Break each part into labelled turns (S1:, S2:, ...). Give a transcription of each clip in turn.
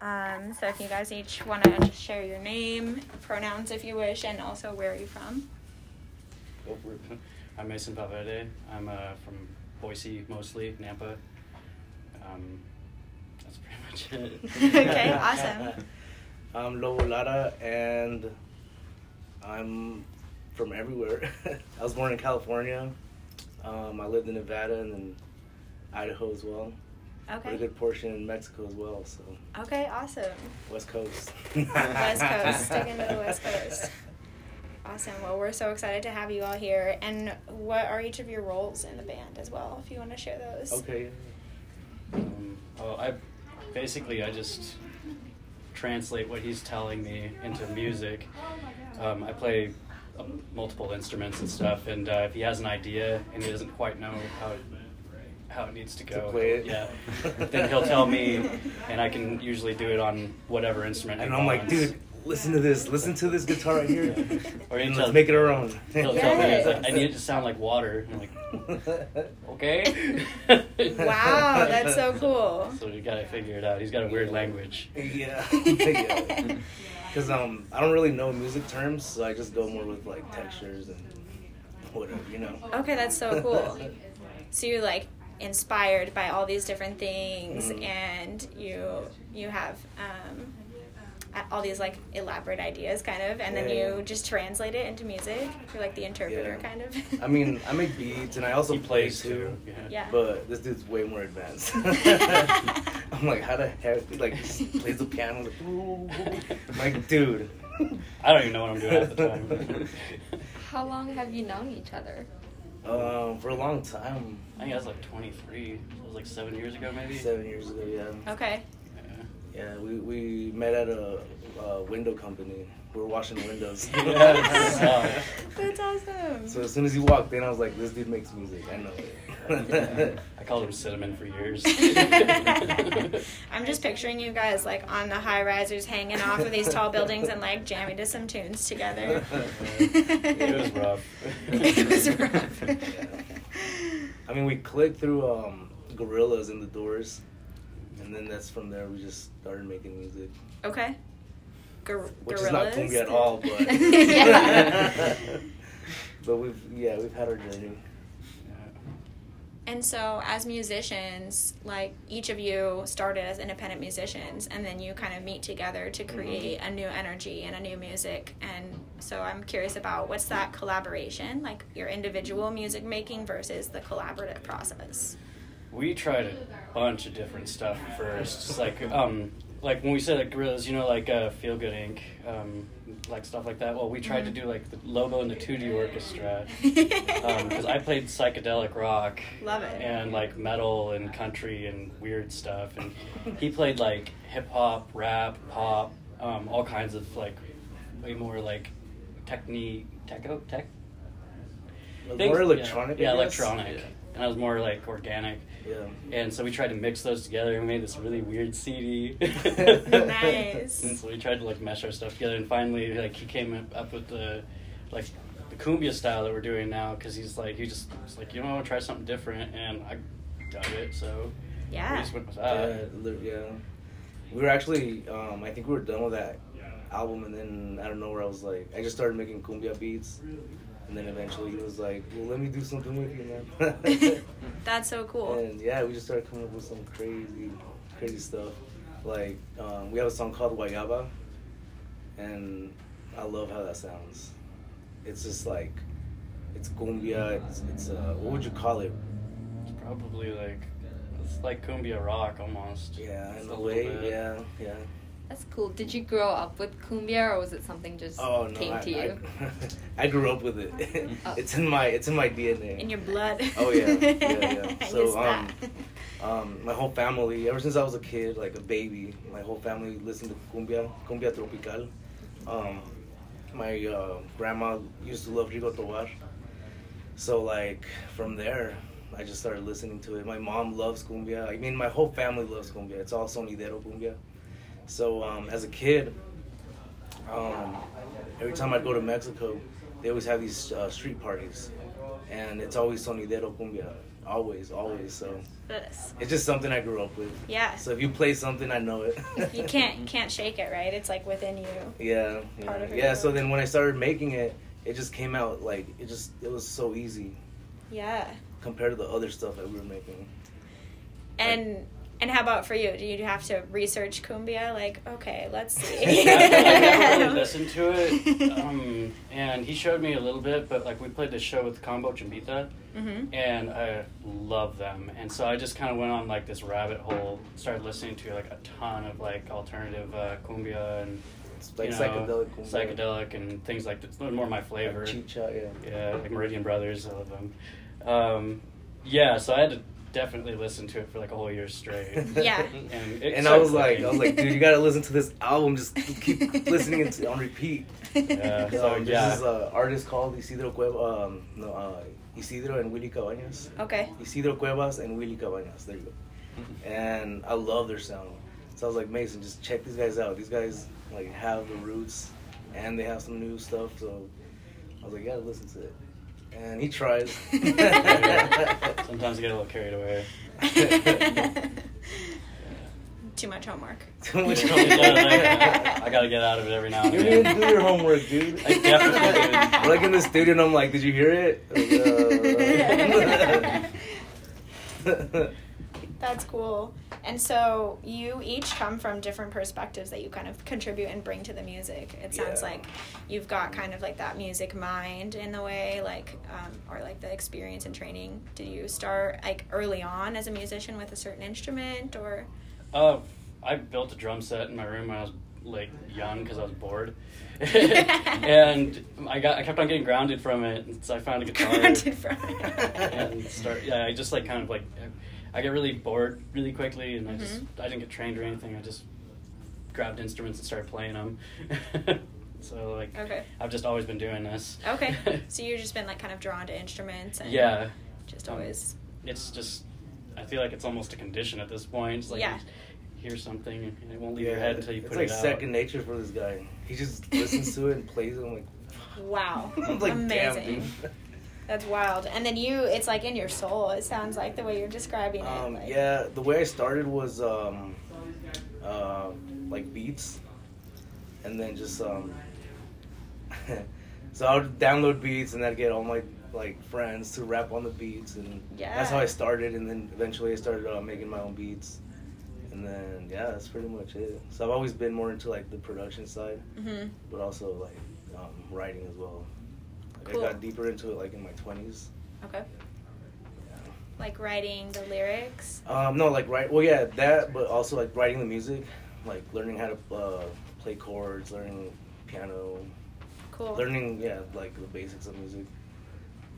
S1: Um, so if you guys each want to just share your name, pronouns if you wish, and also where are you from?
S2: Go for it.
S3: I'm Mason Valverde. I'm uh, from Boise mostly, Nampa. Um, that's pretty much it.
S1: Okay, awesome.
S4: I'm Lobo Lara, and I'm from everywhere. I was born in California. Um, I lived in Nevada and then Idaho as well. But a
S1: Okay.
S4: good portion in Mexico as well, so
S1: Okay, awesome.
S4: West Coast.
S1: West Coast, sticking to the West Coast. Awesome. Well, we're so excited to have you all here. And what are each of your roles in the band as well, if you want to share those?
S4: Okay.
S3: Um, oh, I basically I just translate what he's telling me into music. Um, I play um, multiple instruments and stuff, and uh, if he has an idea and he doesn't quite know how it, how it needs to
S4: To
S3: go,
S4: play it.
S3: yeah, then he'll tell me, and I can usually do it on whatever instrument. he
S4: And I'm like,
S3: wants.
S4: dude, listen to this. Listen to this guitar right here.
S3: Or you
S4: and
S3: tell-
S4: let's make it our own.
S3: He'll tell me, he's like, I need it to sound like water. And I'm like, okay.
S1: Wow, that's so cool.
S3: So you gotta figure it out. He's got a weird language.
S4: yeah. yeah. Cause um, I don't really know music terms, so I just go more with like textures and whatever, you know.
S1: Okay, that's so cool. so you're like inspired by all these different things
S4: Mhm.
S1: and you you have um a- all these like elaborate ideas kind of and then
S4: Yeah.
S1: you just translate it into music you're like the interpreter
S4: Yeah.
S1: kind of
S4: I mean, I make beats and I also
S3: He
S4: play
S3: plays
S4: too.
S3: too.
S1: Yeah.
S4: But this dude's way more advanced. I'm like, how the heck? He like just plays the piano. Like, "Ooh, ooh, ooh." I'm like, dude.
S3: I don't even know what I'm doing half the time.
S5: How long have you known each other?
S4: Um, for a long time,
S3: I think I was like 23. That was like seven years ago, maybe.
S4: seven years ago, yeah.
S1: okay
S3: Yeah.
S4: Yeah, we, we met at a, a window company. We were washing windows.
S3: Yeah, that's awesome.
S1: that's awesome
S4: so as soon as he walked in, I was like, this dude makes music. I know it.
S3: I called him cinnamon for years.
S1: I'm just picturing you guys like on the high risers hanging off of these tall buildings and like jamming to some tunes together.
S3: it was rough.
S1: it was rough.
S4: I mean, we clicked through um, Gorillas in the Doors, and then that's from there we just started making music,
S1: okay. Gor-
S4: which is not
S1: gorillas?
S4: cumbia at all, but
S1: Yeah.
S4: but we've yeah we've had our journey.
S1: And so, as musicians, like each of you started as independent musicians, and then you kind of meet together to create a new energy and a new music. And so, I'm curious about what's that collaboration, like your individual music making versus the collaborative process.
S3: We tried a bunch of different stuff first. Just like um like when we said like gorillas, you know, like uh, Feel Good Inc., um, like stuff like that. Well, we tried
S1: Mm-hmm.
S3: to do like the Lobo and the 2D Orchestra
S4: Um,
S3: because Um, I played psychedelic rock
S1: Love it.
S3: and like metal and country and weird stuff, and he played like hip hop, rap, pop, um, all kinds of like way more like technique, techo, tech,
S4: Like,
S3: things-
S4: more electronic. I
S3: yeah, yeah
S4: guess.
S3: electronic, and I was more like organic.
S4: Yeah.
S3: And so we tried to mix those together and made this really weird CD.
S4: Nice.
S3: And so we tried to like mesh our stuff together, and finally, like he came up- up with the like the cumbia style that we're doing now because he's like he just was like you know I want to try something different, and I dug it. So we
S1: yeah.
S3: just went with
S4: yeah,
S3: that.
S4: li- yeah. We were actually, um, I think we were done with that album, and then I don't know where I was like, I just started making cumbia beats, and then eventually he was like, well, let me do something with you, man.
S1: That's so cool.
S4: And yeah, we just started coming up with some crazy, crazy stuff. Like um, we have a song called Guayaba, and I love how that sounds. It's just like, it's cumbia. It's, it's uh, what would you call it?
S3: It's probably like it's like cumbia rock almost.
S4: Yeah,
S3: It's
S4: in a
S3: a little
S4: way.
S3: bit.
S4: Yeah, yeah.
S5: That's cool. Did you grow up with cumbia, or was it something just
S4: Oh no,
S5: came
S4: I,
S5: to you? Oh.
S4: I, I grew up with it. it's in my it's in my DNA.
S1: In your blood.
S4: Oh, yeah. Yeah, yeah.
S1: I
S4: So,
S1: used that.
S4: um, um, my whole family, ever since I was a kid, like a baby, my whole family listened to cumbia, cumbia tropical. Um, my uh, grandma used to love Rigo Tobar, so like from there, I just started listening to it. My mom loves cumbia. I mean, my whole family loves cumbia. It's all sonidero cumbia. So um, as a kid, um, every time I go to Mexico, they always have these uh, street parties, and it's always sonidero cumbia. always, always. So
S1: Yes.
S4: it's just something I grew up with.
S1: Yeah.
S4: So if you play something, I know it.
S1: you can't can't shake it, right? It's like within you.
S4: Yeah, yeah.
S1: Part of it
S4: yeah. So
S1: goes.
S4: then when I started making it, it just came out like it just it was so easy
S1: Yeah.
S4: compared to the other stuff that we were making.
S1: And and how about for you? Do you have to research cumbia? Like, okay, let's see.
S4: Yeah,
S3: I never really listened to it, um, and he showed me a little bit. But like we played this show with Combo Chambita,
S1: Mhm.
S3: and I love them. And so I just kind of went on like this rabbit hole, started listening to like a ton of like alternative uh, cumbia and
S4: It's like
S3: you know,
S4: psychedelic, cumbia,
S3: psychedelic and things like that. It's a little more my
S4: like
S3: flavor.
S4: chicha, yeah.
S3: Yeah, like Meridian Brothers, I love them. Um, yeah, so I had to definitely listen to it for like a whole year straight.
S1: Yeah.
S3: And, it
S4: And I was
S3: sucked.
S4: like, I was like, dude, you gotta listen to this album. Just keep listening to on repeat.
S3: Yeah. Uh, So,
S4: Um,
S3: Oh, yeah.
S4: This is an artist called Isidro Cuevas. Um, no, uh, Isidro and Willy Cabañas.
S1: Okay.
S4: Isidro Cuevas and Willy Cabañas. There you go. and I love their sound. So I was like, Mason, just check these guys out. These guys like have the roots, and they have some new stuff. So I was like, yeah, listen to it. And he tries.
S3: Sometimes I get a little carried away.
S1: Too much homework.
S4: Too much
S3: I I gotta get out of it every now and
S4: You
S3: then.
S4: didn't do your homework, dude.
S3: I definitely
S4: We're, like in the studio, and I'm like, did you hear it? Uh,
S1: That's cool. And so you each come from different perspectives that you kind of contribute and bring to the music. It sounds
S4: Yeah.
S1: like you've got kind of like that music mind in the way, like, um, or like the experience and training. Did you start like early on as a musician with a certain instrument or?
S3: Uh, I built a drum set in my room when I was like young because I was bored, and I got I kept on getting grounded from it, and so I found a guitar
S1: Grounded from it.
S3: and start. Yeah, I just like kind of like I get really bored really quickly, and I just
S1: Mhm.
S3: I didn't get trained or anything. I just grabbed instruments and started playing them. so like
S1: Okay.
S3: I've just always been doing this.
S1: Okay. so you've just been like kind of drawn to instruments and
S3: yeah.
S1: just
S3: Um,
S1: always.
S3: It's just I feel like it's almost a condition at this point. It's like
S1: Yeah.
S3: you hear something and it won't leave your head until you
S4: it's
S3: put
S4: like
S3: it out.
S4: second nature for this guy. He just listens to it and plays it. I'm like,
S1: Wow.
S4: I'm like,
S1: Amazing.
S4: damn, dude.
S1: That's wild. And then you, it's like in your soul, it sounds like the way you're describing it.
S4: Um,
S1: like-
S4: yeah, the way I started was um, uh, like beats, and then just um, so I would download beats and I'd get all my like friends to rap on the beats, and that's how
S1: Yeah.
S4: I started. And then eventually I started uh, making my own beats, and then yeah, that's pretty much it. So I've always been more into like the production side,
S1: Mhm.
S4: but also like um, writing as well. Like,
S1: Cool.
S4: I got deeper into it like in my twenties.
S1: Okay. Like writing the lyrics.
S4: Um, no, like right. Well, yeah, that, but also like writing the music, like learning how to uh, play chords, learning piano,
S1: Cool.
S4: learning yeah, like the basics of music,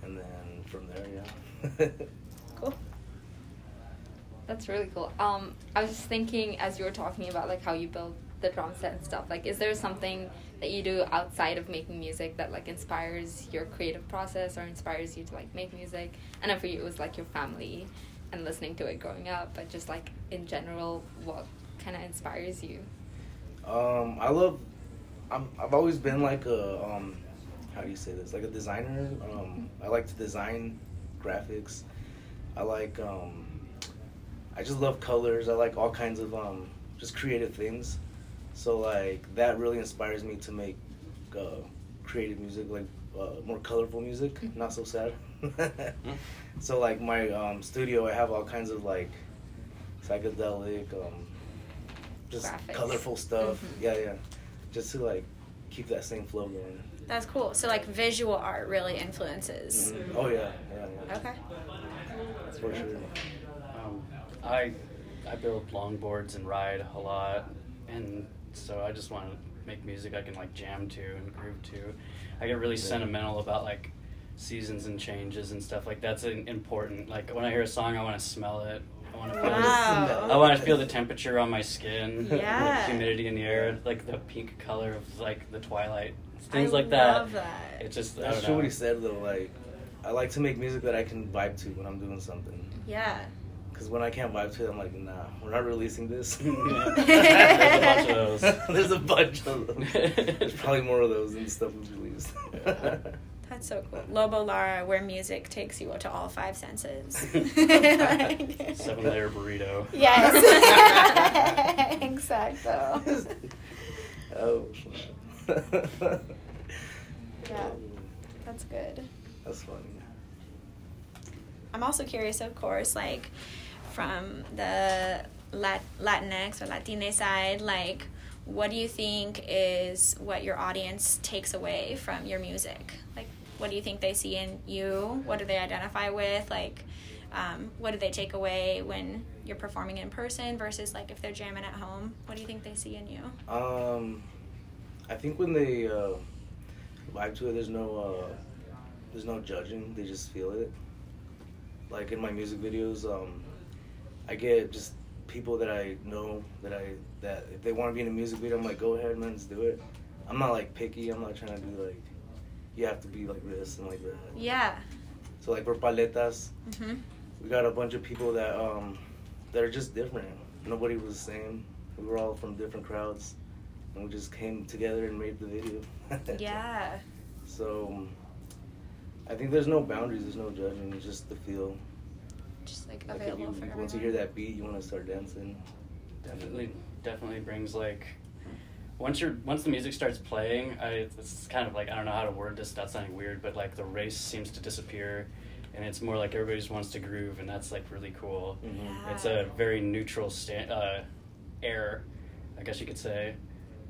S4: and then from there, yeah.
S1: Cool.
S5: That's really cool. Um, I was just thinking as you were talking about like how you build the drum set and stuff. Like, is there something that you do outside of making music that like inspires your creative process or inspires you to like make music? I know for you it was like your family and listening to it growing up, but just like in general, what kind of inspires you?
S4: um, I love. I'm, I've always been like a um, how do you say this? Like a designer. Um, I like to design graphics. I like. Um, I just love colors. I like all kinds of um, just creative things. So like that really inspires me to make uh, creative music, like uh, more colorful music, not so sad. so like my um, studio, I have all kinds of like psychedelic, um, just
S5: Graphics.
S4: colorful stuff.
S5: Mhm.
S4: Yeah, yeah, just to like keep that same flow going.
S1: That's cool. So like visual art really influences.
S4: Mhm.
S3: Mm-hmm.
S4: Oh yeah, yeah, yeah.
S1: Okay.
S4: for sure.
S3: Um, I I build longboards and ride a lot, and so I just want to make music I can like jam to and groove to. I get really
S4: Yeah.
S3: sentimental about like seasons and changes and stuff like that's an important. Like when I hear a song, I want to smell it. I want to feel.
S1: Wow.
S3: The, Oh,
S1: I
S3: I want to feel the temperature on my skin,
S1: Yeah.
S3: the humidity in the air, like the pink color of like the twilight, things
S1: I
S3: like that.
S1: love that.
S3: It's just I
S4: That's
S3: don't
S4: true
S3: know.
S4: what he said though. Like, I like to make music that I can vibe to when I'm doing something.
S1: Yeah.
S4: Because when I can't vibe to it, I'm like, nah, we're not releasing this.
S3: There's a bunch of those.
S4: There's a bunch of them. There's probably more of those than the stuff we've released.
S3: Yeah.
S1: That's so cool. Lobo Lara, where music takes you to all five senses.
S3: Seven layer burrito.
S1: Yes. Exacto.
S4: Oh.
S1: Yeah, that's good.
S4: That's funny.
S1: I'm also curious, of course, like from the Lat- Latinx or Latina side, like what do you think is what your audience takes away from your music? Like, what do you think they see in you? What do they identify with? Like, um, what do they take away when you're performing in person versus like if they're jamming at home? What do you think they see in you?
S4: Um, I think when they uh, vibe to it, there's no uh, there's no judging. They just feel it. Like in my music videos, um, I get just people that I know that I that if they want to be in a music video, I'm like, go ahead, man, let's do it. I'm not like picky. I'm not trying to be like you have to be like this and like that.
S1: Yeah.
S4: So like for paletas,
S1: Mm-hmm.
S4: we got a bunch of people that um that are just different. Nobody was the same. We were all from different crowds, and we just came together and made the video.
S1: Yeah.
S4: So um, I think there's no boundaries. There's no judging. It's just the feel.
S1: Just like
S4: Like if
S1: available
S4: you,
S1: for everyone.
S4: once you hear that beat, you want to start dancing.
S3: Definitely, definitely brings like. Once you're once the music starts playing, I, it's kind of like I don't know how to word this. That's sounding weird, but like the race seems to disappear, and it's more like everybody just wants to groove, and that's like really cool.
S4: Mm-hmm.
S1: Yeah.
S3: It's a very neutral sta- uh, air, I guess you could say.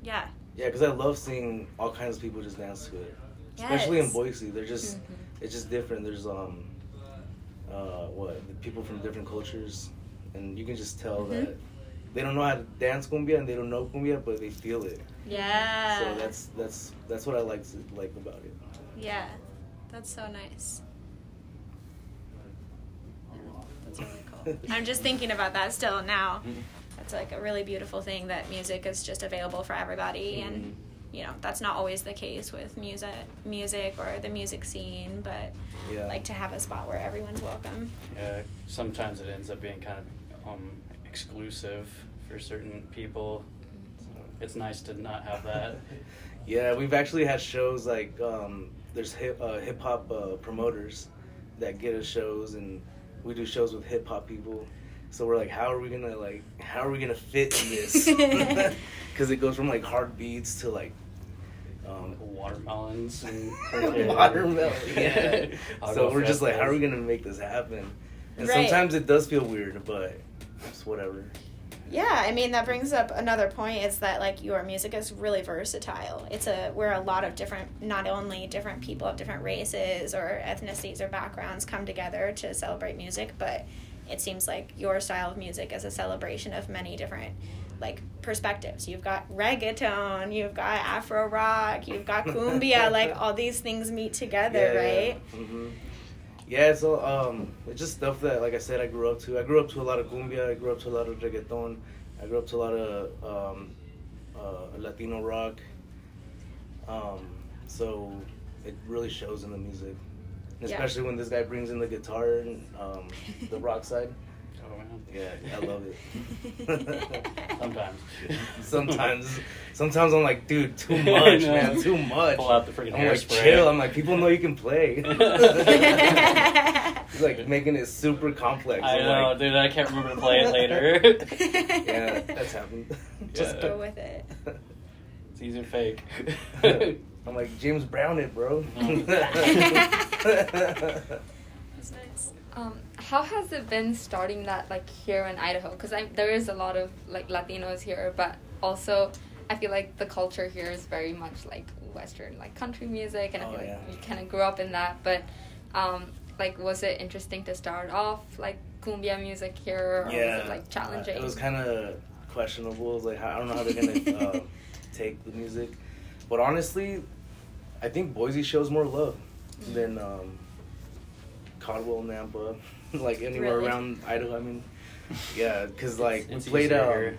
S1: Yeah.
S4: Yeah, because I love seeing all kinds of people just dance to it. Especially in
S1: Yes.
S4: Boise, they're just it's just different. There's um, uh, what the people from different cultures, and you can just tell
S1: Mhm.
S4: that they don't know how to dance cumbia and they don't know cumbia, but they feel it.
S1: Yeah.
S4: So that's that's that's what I like to, like about it.
S1: Yeah, that's so nice. That's really cool. Mm-hmm. I'm just thinking about that still now. That's like a really beautiful thing that music is just available for everybody, and you know that's not always the case with music, music or the music scene. But
S4: Yeah.
S1: like to have a spot where everyone's welcome.
S3: Yeah, Uh, sometimes it ends up being kind of um, exclusive for certain people. So it's nice to not have that.
S4: yeah, we've actually had shows like um, there's hip uh, hip hop uh, promoters that get us shows, and we do shows with hip hop people. So we're like, how are we gonna like how are we gonna fit in this? Because it goes from like hard beats to like um,
S3: Watermelons and
S4: watermelon. Yeah. so we're just like, how are we
S3: Auto
S4: gonna make this happen? And
S1: Right.
S4: sometimes it does feel weird, but it's whatever.
S1: Yeah, I mean that brings up another point is that like your music is really versatile. It's a where a lot of different not only different people of different races or ethnicities or backgrounds come together to celebrate music, but it seems like your style of music is a celebration of many different like perspectives. You've got reggaeton, you've got afro rock, you've got cumbia, like all these things meet together, right?
S4: Yeah. hmm yeah, so um, it's just stuff that, like I said, I grew up to. I grew up to a lot of cumbia. I grew up to a lot of reggaeton. I grew up to a lot of um, uh, Latino rock. Um, so it really shows in the music,
S1: Yeah.
S4: especially when this guy brings in the guitar and um, the rock side.
S3: Oh, man.
S4: Yeah, I love it.
S3: Sometimes.
S4: Sometimes, sometimes I'm like, dude, too
S3: I
S4: much,
S3: know.
S4: man, too much.
S3: Pull out the freaking
S4: I'm like,
S3: hairspray.
S4: chill. I'm like, people know you can play. He's like making it super complex.
S3: I
S4: I'm
S3: know,
S4: like,
S3: dude. I can't remember to play it later.
S4: Yeah, that's happened.
S1: Just
S3: Yeah.
S1: go with it.
S3: it's easy to fake.
S4: I'm like, James Brown it, bro.
S3: Mm-hmm.
S1: That's nice.
S5: Um, how has it been starting that like here in Idaho? Because there is a lot of like Latinos here, but also I feel like the culture here is very much like Western, like country music, and I
S4: Oh,
S5: feel like
S4: yeah.
S5: we kind of grew up in that. But um, like, was it interesting to start off like cumbia music here, or was it like challenging?
S4: Uh, It was kind of questionable. It was like, how- I don't know how they're gonna uh, take the music, but honestly, I think Boise shows more love
S5: Mm.
S4: than um, Caldwell, Nampa, like anywhere
S5: Really?
S4: around Idaho. I mean, yeah, because like
S3: It's
S4: we played
S3: easier
S4: um,
S3: here.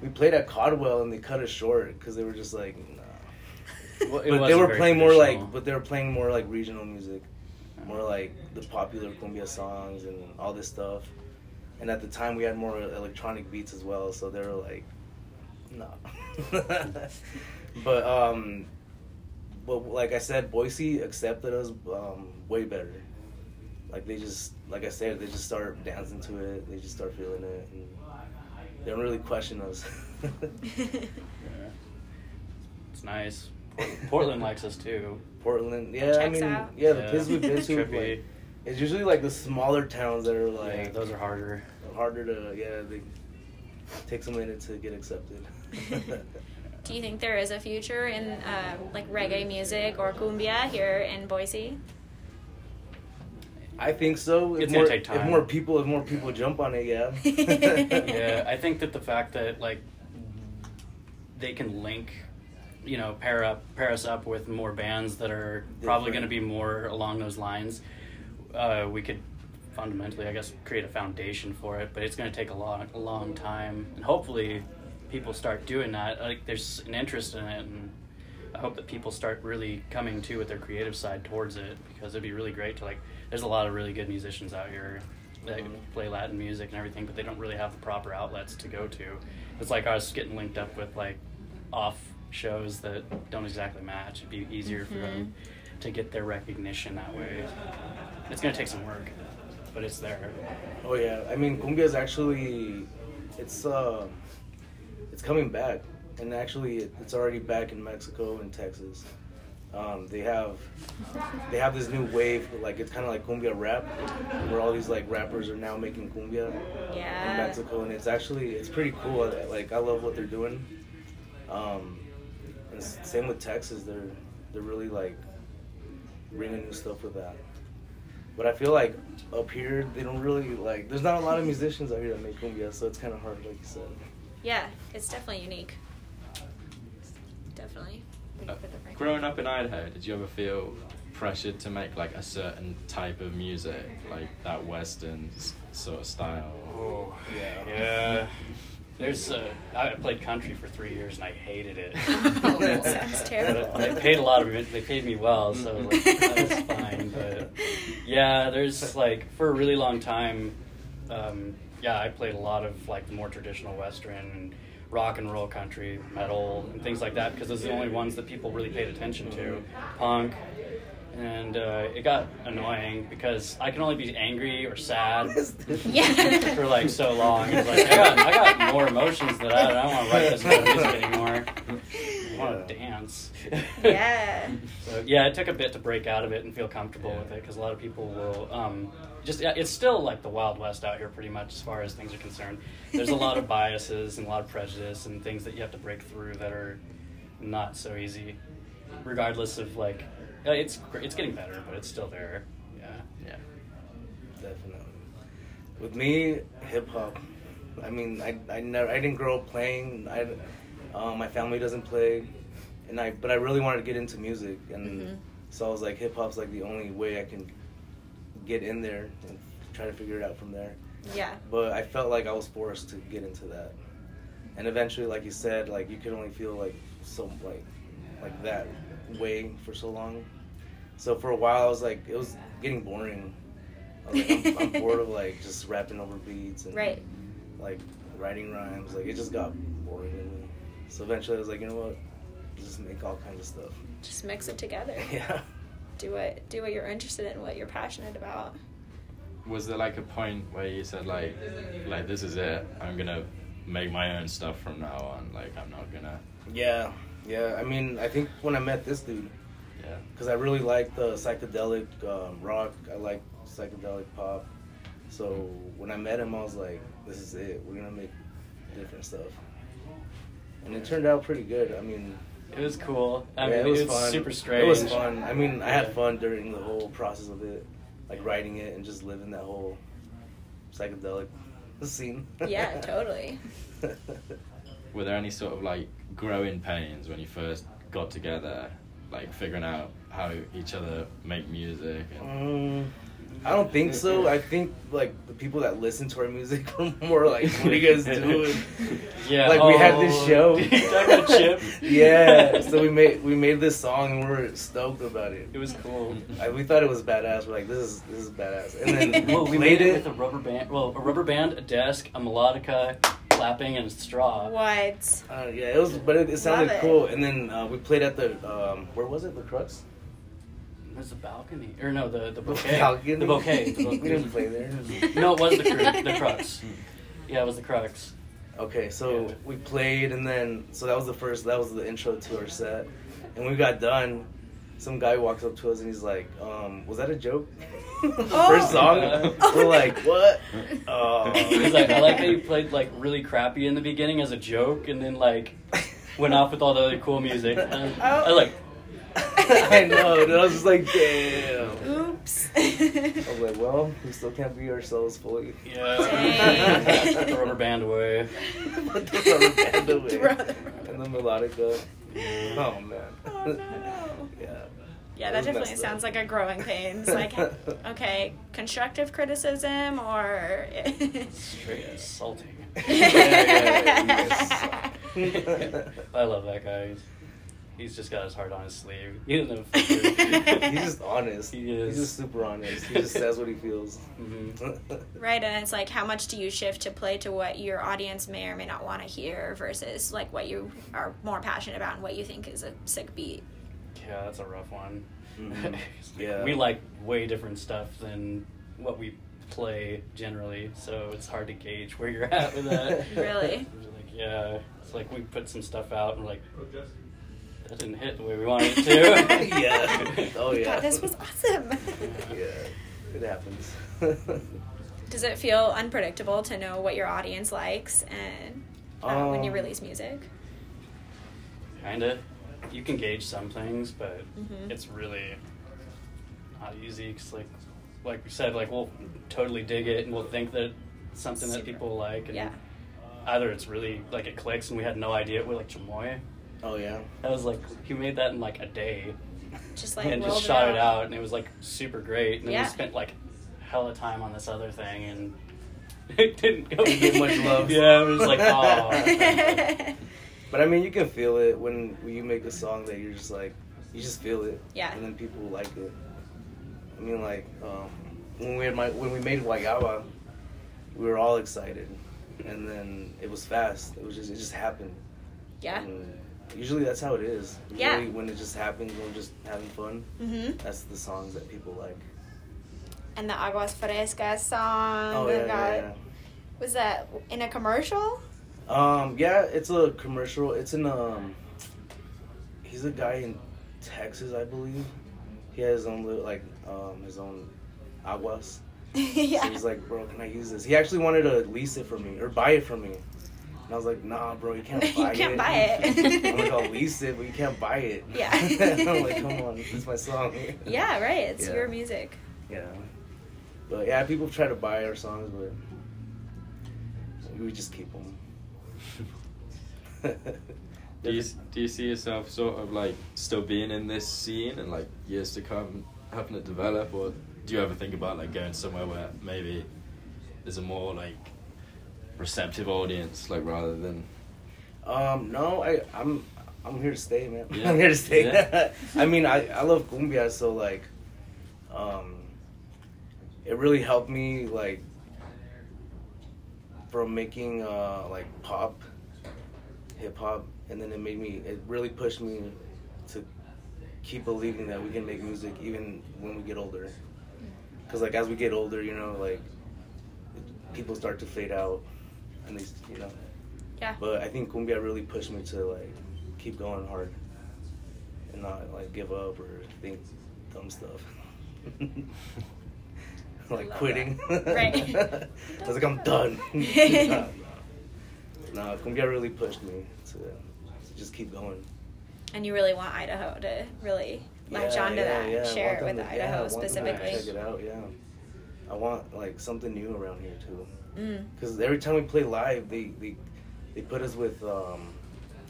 S4: we played at Caldwell and they cut us short because they were just like, nah.
S3: Well,
S4: but
S3: it
S4: they
S3: wasn't
S4: were
S3: very
S4: playing more like,
S3: traditional.
S4: but they were playing more like regional music, more like the popular cumbia songs and all this stuff. And at the time, we had more electronic beats as well, so they were like, no. but um, but like I said, Boise accepted us um, way better. Like they just, like I said, they just start dancing to it. They just start feeling it. And they don't really question us.
S3: Yeah. It's nice. Port- Portland likes us too.
S4: Portland, yeah, I
S1: Checks
S4: mean,
S1: out.
S4: yeah, the places we've been to,
S3: Trippy.
S4: like, it's usually like the smaller towns that are like
S3: yeah, those are harder.
S4: harder to, yeah, they takes a minute to get accepted.
S1: Do you think there is a future in uh, like reggae music or cumbia here in Boise?
S4: I think so. If
S3: It's
S4: more,
S3: gonna take
S4: If
S3: time.
S4: more people, if more people jump on it, yeah.
S3: yeah, I think that the fact that like they can link, you know, pair up, pair us up with more bands that are probably going to
S4: Different.
S3: be more along those lines. Uh, we could fundamentally, I guess, create a foundation for it, but it's going to take a long, a long time, and hopefully, people start doing that. Like, there's an interest in it, and I hope that people start really coming to with their creative side towards it because it'd be really great to like. There's a lot of really good musicians out here that
S4: Mhm.
S3: play Latin music and everything, but they don't really have the proper outlets to go to. It's like us getting linked up with like off shows that don't exactly match. It'd be easier for them to get their recognition that way. It's gonna take some work, but it's there.
S4: Oh yeah, I mean cumbia is actually, it's uh, it's coming back, and actually it, it's already back in Mexico and Texas. Um, they have they have this new wave, like it's kind of like cumbia rap, where all these like rappers are now making cumbia in
S1: yeah.
S4: Mexico, and it's actually it's pretty cool. Like I love what they're doing. Um, and s- same with Texas, they're they're really like bringing new stuff with that. But I feel like up here they don't really like. There's not a lot of musicians out here that make cumbia, so it's kind of hard, like you said.
S1: Yeah, it's definitely unique. Definitely.
S5: Thank you for the break.
S6: Uh, Growing up in Idaho, did you ever feel pressured to make like a certain type of music, like that Western s- sort of style?
S3: Oh
S4: Yeah.
S3: yeah. There's uh, I played country for three years and I hated it.
S4: Oh,
S1: sounds
S3: But
S1: terrible.
S3: they paid a lot of it. They paid me well, so like, that's fine. But yeah, there's like for a really long time. Um, yeah, I played a lot of like more traditional Western and rock and roll, country, metal, and things like that because those are the only ones that people really paid attention to. Punk. And uh, it got annoying because I can only be angry or sad
S1: Yeah.
S3: for like so long. It's like I got, I got more emotions than that. I don't want to write this kind of music anymore. I want to dance.
S1: yeah.
S3: So, yeah, it took a bit to break out of it and feel comfortable with it because a lot of people will um, just. yeah, It's still like the Wild West out here, pretty much as far as things are concerned. There's a lot of biases and a lot of prejudice and things that you have to break through that are not so easy. Regardless of like, uh, it's gr- it's getting better, but it's still there. Yeah.
S6: Yeah.
S4: Definitely. With me, hip hop. I mean, I, I never I didn't grow up playing. I uh, my family doesn't play, and I but I really wanted to get into music, and
S1: Mhm.
S4: so I was like, hip hop's like the only way I can get in there and try to figure it out from there.
S1: Yeah.
S4: But I felt like I was forced to get into that, and eventually, like you said, like you could only feel like so like like that way for so long. So for a while, I was like, it was getting boring. I was like, I'm, I'm bored of like just rapping over beats and
S1: Right.
S4: like writing rhymes. Like it just got boring. to me. So eventually, I was like, you know what? Just make all kinds of stuff.
S1: Just mix it together.
S4: yeah.
S1: Do what do what you're interested in, what you're passionate about.
S6: Was there like a point where you said like, like this is it? I'm gonna make my own stuff from now on. Like I'm not gonna.
S4: Yeah. Yeah. I mean, I think when I met this dude,
S6: Yeah.
S4: because I really like the psychedelic um, rock. I like psychedelic pop. So when I met him, I was like, "This is it. We're gonna make different stuff." And it turned out pretty good. I mean,
S3: It was cool. I
S4: yeah,
S3: mean,
S4: it was fun.
S3: super strange.
S4: It was fun. I mean, I had
S3: Yeah.
S4: fun during the whole process of it, like writing it and just living that whole psychedelic scene.
S1: Yeah, totally.
S6: Were there any sort of like growing pains when you first got together, like figuring out how each other make music? And...
S4: Um, I don't think so. I think like the people that listen to our music are more like, "What are you guys doing?"
S3: Yeah,
S4: like we had this
S3: oh,
S4: show.
S3: you talking about Chip?
S4: yeah, so we made we made this song and we were stoked about it.
S3: It was cool.
S4: I, we thought it was badass. We're like, this is this is badass. And then
S3: well, we
S4: played
S3: made it
S4: it.
S3: with a rubber band. Well, a rubber band, a desk, a melodica, clapping and straw.
S1: What?
S4: Uh, yeah, it was, but it, it sounded
S1: Love it.
S4: cool. And then uh, we played at the um, where was it? The Crux.
S3: There's the balcony, or no, the the bouquet.
S4: Balcony.
S3: The bouquet. The
S4: we
S3: bouquet.
S4: didn't play there.
S3: No, it was the cru- the crux.
S4: Hmm.
S3: Yeah, it was the crux.
S4: Okay, so
S3: Yeah.
S4: we played, and then so that was the first. That was the intro to our set, and when we got done. Some guy walks up to us and he's like, um, "Was that a joke?" the
S1: Oh.
S4: first song.
S3: Oh.
S4: We're like, "What?" Oh.
S3: He's like, I like how you played like really crappy in the beginning as a joke, and then like went off with all the other cool music. And
S1: Oh.
S3: I like,
S4: I know. Dude, I was just like, "Damn."
S1: Oops.
S4: I was like, "Well, we still can't be ourselves fully."
S3: yeah, put the rubber band away.
S4: Put the rubber band away.
S1: Throw the
S4: and the melodica.
S3: Yeah.
S4: Oh man.
S1: Oh, no.
S4: yeah.
S1: Yeah,
S4: It was
S1: that definitely
S4: messed
S1: sounds
S4: up.
S1: like a growing pains. Like, okay, constructive criticism or.
S3: Straight assaulting.
S4: yeah,
S3: I love that guy. He's, he's just got his heart on his sleeve. He doesn't know. filter.
S4: He's just honest.
S3: He is.
S4: He's just super honest. He just says what he feels.
S3: Mhm.
S1: right, and it's like how much do you shift to play to what your audience may or may not want to hear versus like what you are more passionate about and what you think is a sick beat.
S3: Yeah, that's a rough one.
S4: Mhm.
S3: It's like,
S4: Yeah.
S3: We like way different stuff than what we play generally, so it's hard to gauge where you're at with that.
S1: Really?
S3: It's like, yeah, it's like we put some stuff out and we're like, that didn't hit the way we wanted it to.
S4: yeah. Oh
S1: I
S4: yeah.
S1: thought this was awesome.
S4: Yeah. It happens.
S1: Does it feel unpredictable to know what your audience likes and uh, when you
S4: Um,
S1: release music?
S3: Kinda. You can gauge some things, but
S1: Mhm.
S3: it's really not easy. 'cause like, like we said, like we'll totally dig it and we'll think that it's something that
S1: Super.
S3: people like, and
S1: Yeah.
S3: either it's really like it clicks and we had no idea. We're like Chamoy.
S4: oh yeah.
S3: That was like he made that in like a day
S1: Just like
S3: and
S1: rolled
S3: just shot it out, and it was like super great. And then
S1: Yeah.
S3: we spent like hella time on this other thing, and it didn't go
S1: Didn't get much love.
S3: Yeah, it was like oh.
S4: But I mean, you can feel it when, when you make a song that you're just like, you just feel it.
S1: Yeah.
S4: And then people like it. I mean, like um, when we had my when we made Guayaba, we were all excited, and then it was fast. It was just it just happened.
S1: yeah.
S4: And usually that's how it is.
S1: Yeah.
S4: Usually when it just happens, when we're just having fun.
S1: hmm
S4: That's the songs that people like.
S1: And the Aguas Frescas song
S4: Oh
S1: that
S4: yeah,
S1: got-
S4: yeah, yeah.
S1: was that in a commercial?
S4: Um, yeah, it's a commercial. It's in um. He's a guy in Texas, I believe. He has his own little like um his own aguas.
S1: yeah.
S4: So he's like, bro, can I use this? He actually wanted to lease it from me or buy it from me. And I was like, nah, bro, you can't
S1: You
S4: buy it.
S1: can't buy it.
S4: I'm like, "Oh, I'll lease it, but you can't buy it.
S1: Yeah.
S4: I'm like, come on, this is my song.
S1: yeah, right. It's
S4: Yeah.
S1: your music.
S4: Yeah. But yeah, people try to buy our songs, but we just keep them.
S6: Do you, do you see yourself sort of like still being in this scene and like years to come helping it develop or do you ever think about like going somewhere where maybe there's a more like receptive audience like rather than
S4: Um, no, I, I'm, I'm here to stay, man.
S6: Yeah.
S4: I'm here to stay.
S6: Yeah.
S4: I mean, I, I love cumbia, so like, um, it really helped me like from making uh like pop, hip hop, and then it made me. It really pushed me to keep believing that we can make music even when we get older. Cause like as we get older, you know, like people start to fade out, and they, you know.
S1: Yeah.
S4: But I think cumbia really pushed me to like keep going hard and not like give up or think dumb stuff. like
S1: Love
S4: quitting.
S1: that. Right.
S4: I was like, I'm done. nah, nah. Nah, cumbia really pushed me to, to just keep going.
S1: And you really want Idaho to really latch onto that and share it
S4: want
S1: with
S4: them to- yeah, I
S1: Idaho
S4: want them to Check
S1: specifically.
S4: it out, yeah. I want like something new around here too.
S1: Mm.
S4: because every time we play live, they they, they put us with um,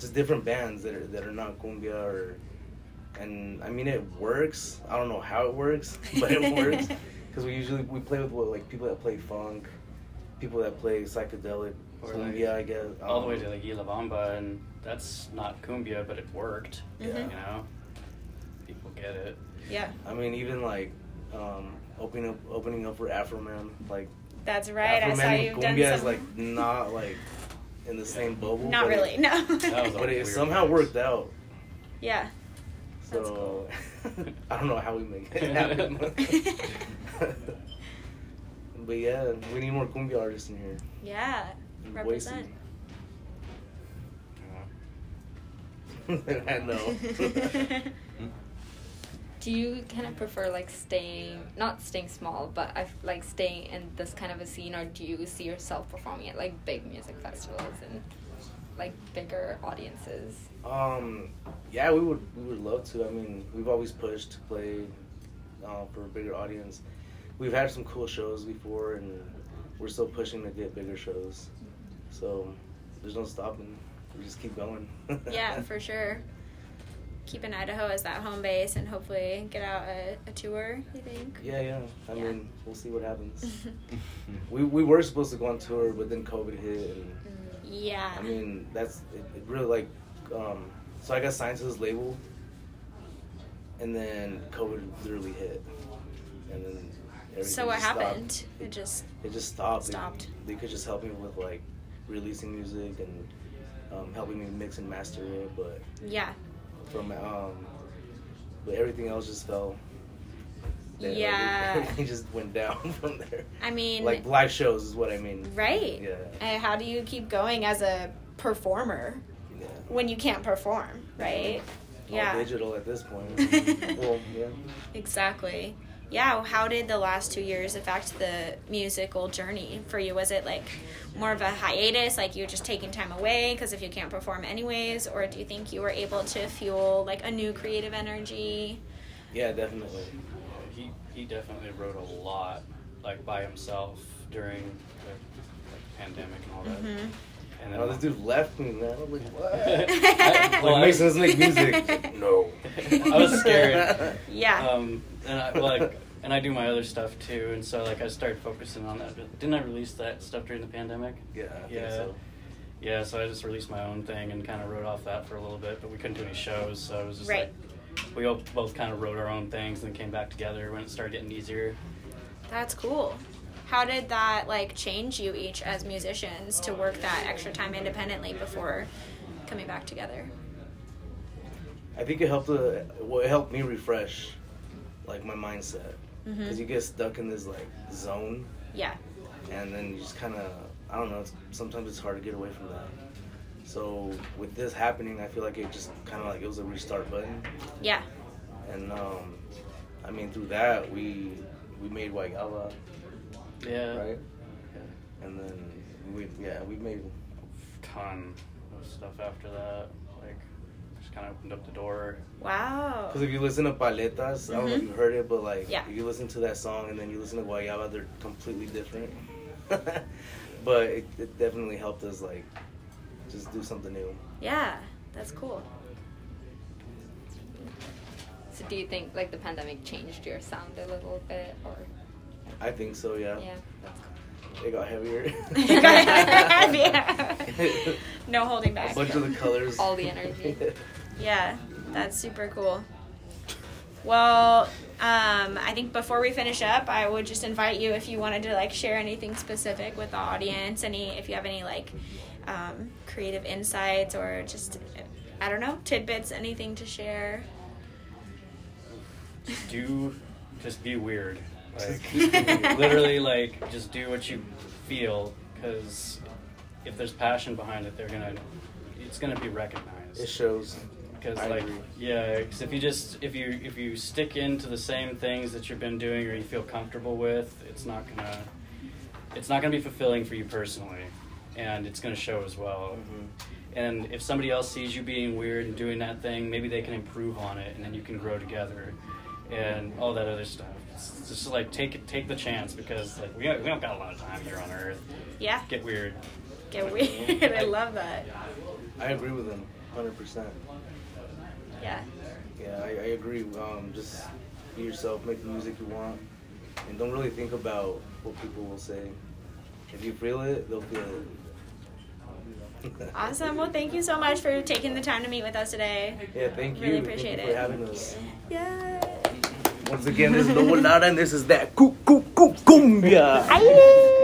S4: just different bands that are that are not cumbia or, and I mean it works. I don't know how it works, but it works because we usually we play with what like people that play funk, people that play psychedelic
S3: Or like-
S4: cumbia, I guess. Um, I
S3: all the
S4: don't
S3: way
S4: know.
S3: to like Yilabamba, and that's not cumbia, but it worked.
S1: Mhm.
S3: You know, people get it.
S1: Yeah,
S4: I mean even like um, opening up opening up for Afro Man like
S1: that's right. I
S4: Afro
S1: saw
S4: Man with
S1: you've done
S4: cumbia
S1: some.
S4: is like not like in the same bubble.
S1: Not
S4: but it-
S1: really. No.
S3: That was a
S4: but it
S3: weird
S4: somehow
S3: mix.
S4: worked out.
S1: yeah.
S4: So
S1: That's cool.
S4: I don't know how we make it happen. but yeah, we need more cumbia artists in here.
S1: Yeah.
S4: In Boise.
S1: Represent.
S4: I Uh-huh. know.
S5: Do you kind of prefer like staying, not staying small, but I f- like staying in this kind of a scene, or do you see yourself performing at like big music festivals and like bigger audiences?
S4: Um, yeah, we would we would love to. I mean, we've always pushed to play uh, for a bigger audience. We've had some cool shows before, and we're still pushing to get bigger shows. So there's no stopping. We just keep going.
S1: yeah, for sure. Keep in Idaho as that home base and hopefully get out a, a tour, you think?
S4: Yeah, yeah. I
S1: Yeah.
S4: mean, we'll see what happens. we we were supposed to go on tour, but then COVID hit, and
S1: yeah.
S4: I mean, that's it, it really like. Um, so I got signed to this label, and then COVID literally hit, and then. Everything
S1: so what
S4: just stopped.
S1: happened? It just
S4: It just stopped. They-
S1: Stopped.
S4: They, could just help me with like releasing music and um, helping me mix and master it, but
S1: yeah.
S4: from um, but everything else just fell. like,
S1: Yeah.
S4: everything just went down from there.
S1: I mean
S4: like live shows is what I mean.
S1: right.
S4: Yeah.
S1: And how do you keep going as a performer
S4: yeah.
S1: when you can't perform, right?
S4: All
S1: Yeah.
S4: digital at this point. well, yeah.
S1: Exactly. Yeah, how did the last two years affect the musical journey for you? Was it like more of a hiatus, like you're just taking time away because if you can't perform anyways, or do you think you were able to fuel like a new creative energy?
S4: Yeah, definitely.
S3: He he definitely wrote a lot, like by himself during the like, pandemic and all that.
S1: Mhm.
S3: And
S4: And
S3: then
S4: all Oh, this dude left me, man. I'm like, what?
S3: I- well,
S4: like,
S3: I-
S4: Mason's make music. no.
S3: I was scared.
S1: Yeah.
S3: Um, and I like, and I do my other stuff too, and so like I started focusing on that. Didn't I release that stuff during the pandemic?
S4: yeah, I think
S3: yeah,
S4: so.
S3: yeah. So I just released my own thing and kind of wrote off that for a little bit, but we couldn't do any shows, so it was just
S1: Right.
S3: like we all, both kind of wrote our own things and came back together when it started getting easier.
S1: That's cool. How did that like change you each as musicians to work that extra time independently before coming back together?
S4: I think it helped. Uh, well, it helped me refresh, like my mindset, because
S1: Mhm.
S4: you get stuck in this like zone,
S1: Yeah.
S4: and then you just kind of, I don't know. It's, sometimes it's hard to get away from that. So with this happening, I feel like it just kind of like it was a restart button,
S1: Yeah.
S4: and um, I mean through that we we made Waigala,
S3: Yeah.
S4: right? And then we yeah we made
S3: Ton of stuff after that, like just kind of opened up the door.
S1: Wow.
S4: because if you listen to Paletas, I don't know if
S1: Mhm.
S4: you heard it, but like
S1: Yeah.
S4: if you listen to that song and then you listen to Guayaba, they're completely different. but it, it definitely helped us like just do something new.
S1: Yeah. That's cool.
S5: So do you think like the pandemic changed your sound a little bit, or
S4: I think so, yeah.
S5: yeah, that's
S4: It got heavier.
S1: yeah. No holding back.
S4: A bunch of the colors.
S5: All the energy.
S1: Yeah, that's super cool. Well, um, I think before we finish up, I would just invite you if you wanted to like share anything specific with the audience, any if you have any like um, creative insights or just I don't know tidbits, anything to share.
S3: Just do, just be weird. Like, literally
S1: Literally,
S3: like just do what you feel because if there's passion behind it they're gonna it's gonna be
S4: It
S3: recognized
S4: shows.
S3: because
S4: I
S3: like
S4: agree.
S3: yeah 'cause if you just if you if you stick into the same things that you've been doing or you feel comfortable with it's not gonna it's not gonna be fulfilling for you personally and it's gonna show as well
S4: Mhm.
S3: and if somebody else sees you being weird and doing that thing, maybe they can improve on it, and then you can grow together, and all that other stuff. It's just like take it, take the chance because like we don't, we don't got a lot of time here on Earth.
S1: yeah,
S3: Get weird.
S1: get weird. I love that.
S4: I agree with them 100%.
S1: Yeah,
S4: Yeah, I, I agree. Um, just be yourself, make the music you want, and don't really think about what people will say. If you feel it, they'll feel it.
S1: awesome. Well, thank you so much for taking the time to meet with us today.
S4: Yeah, thank you.
S1: Really
S4: Thank you
S1: appreciate
S4: for
S1: it.
S4: having us.
S1: Yeah.
S4: Once again, this is Lola and this is that. Coo, coo, coo, cumbia.
S1: Bye.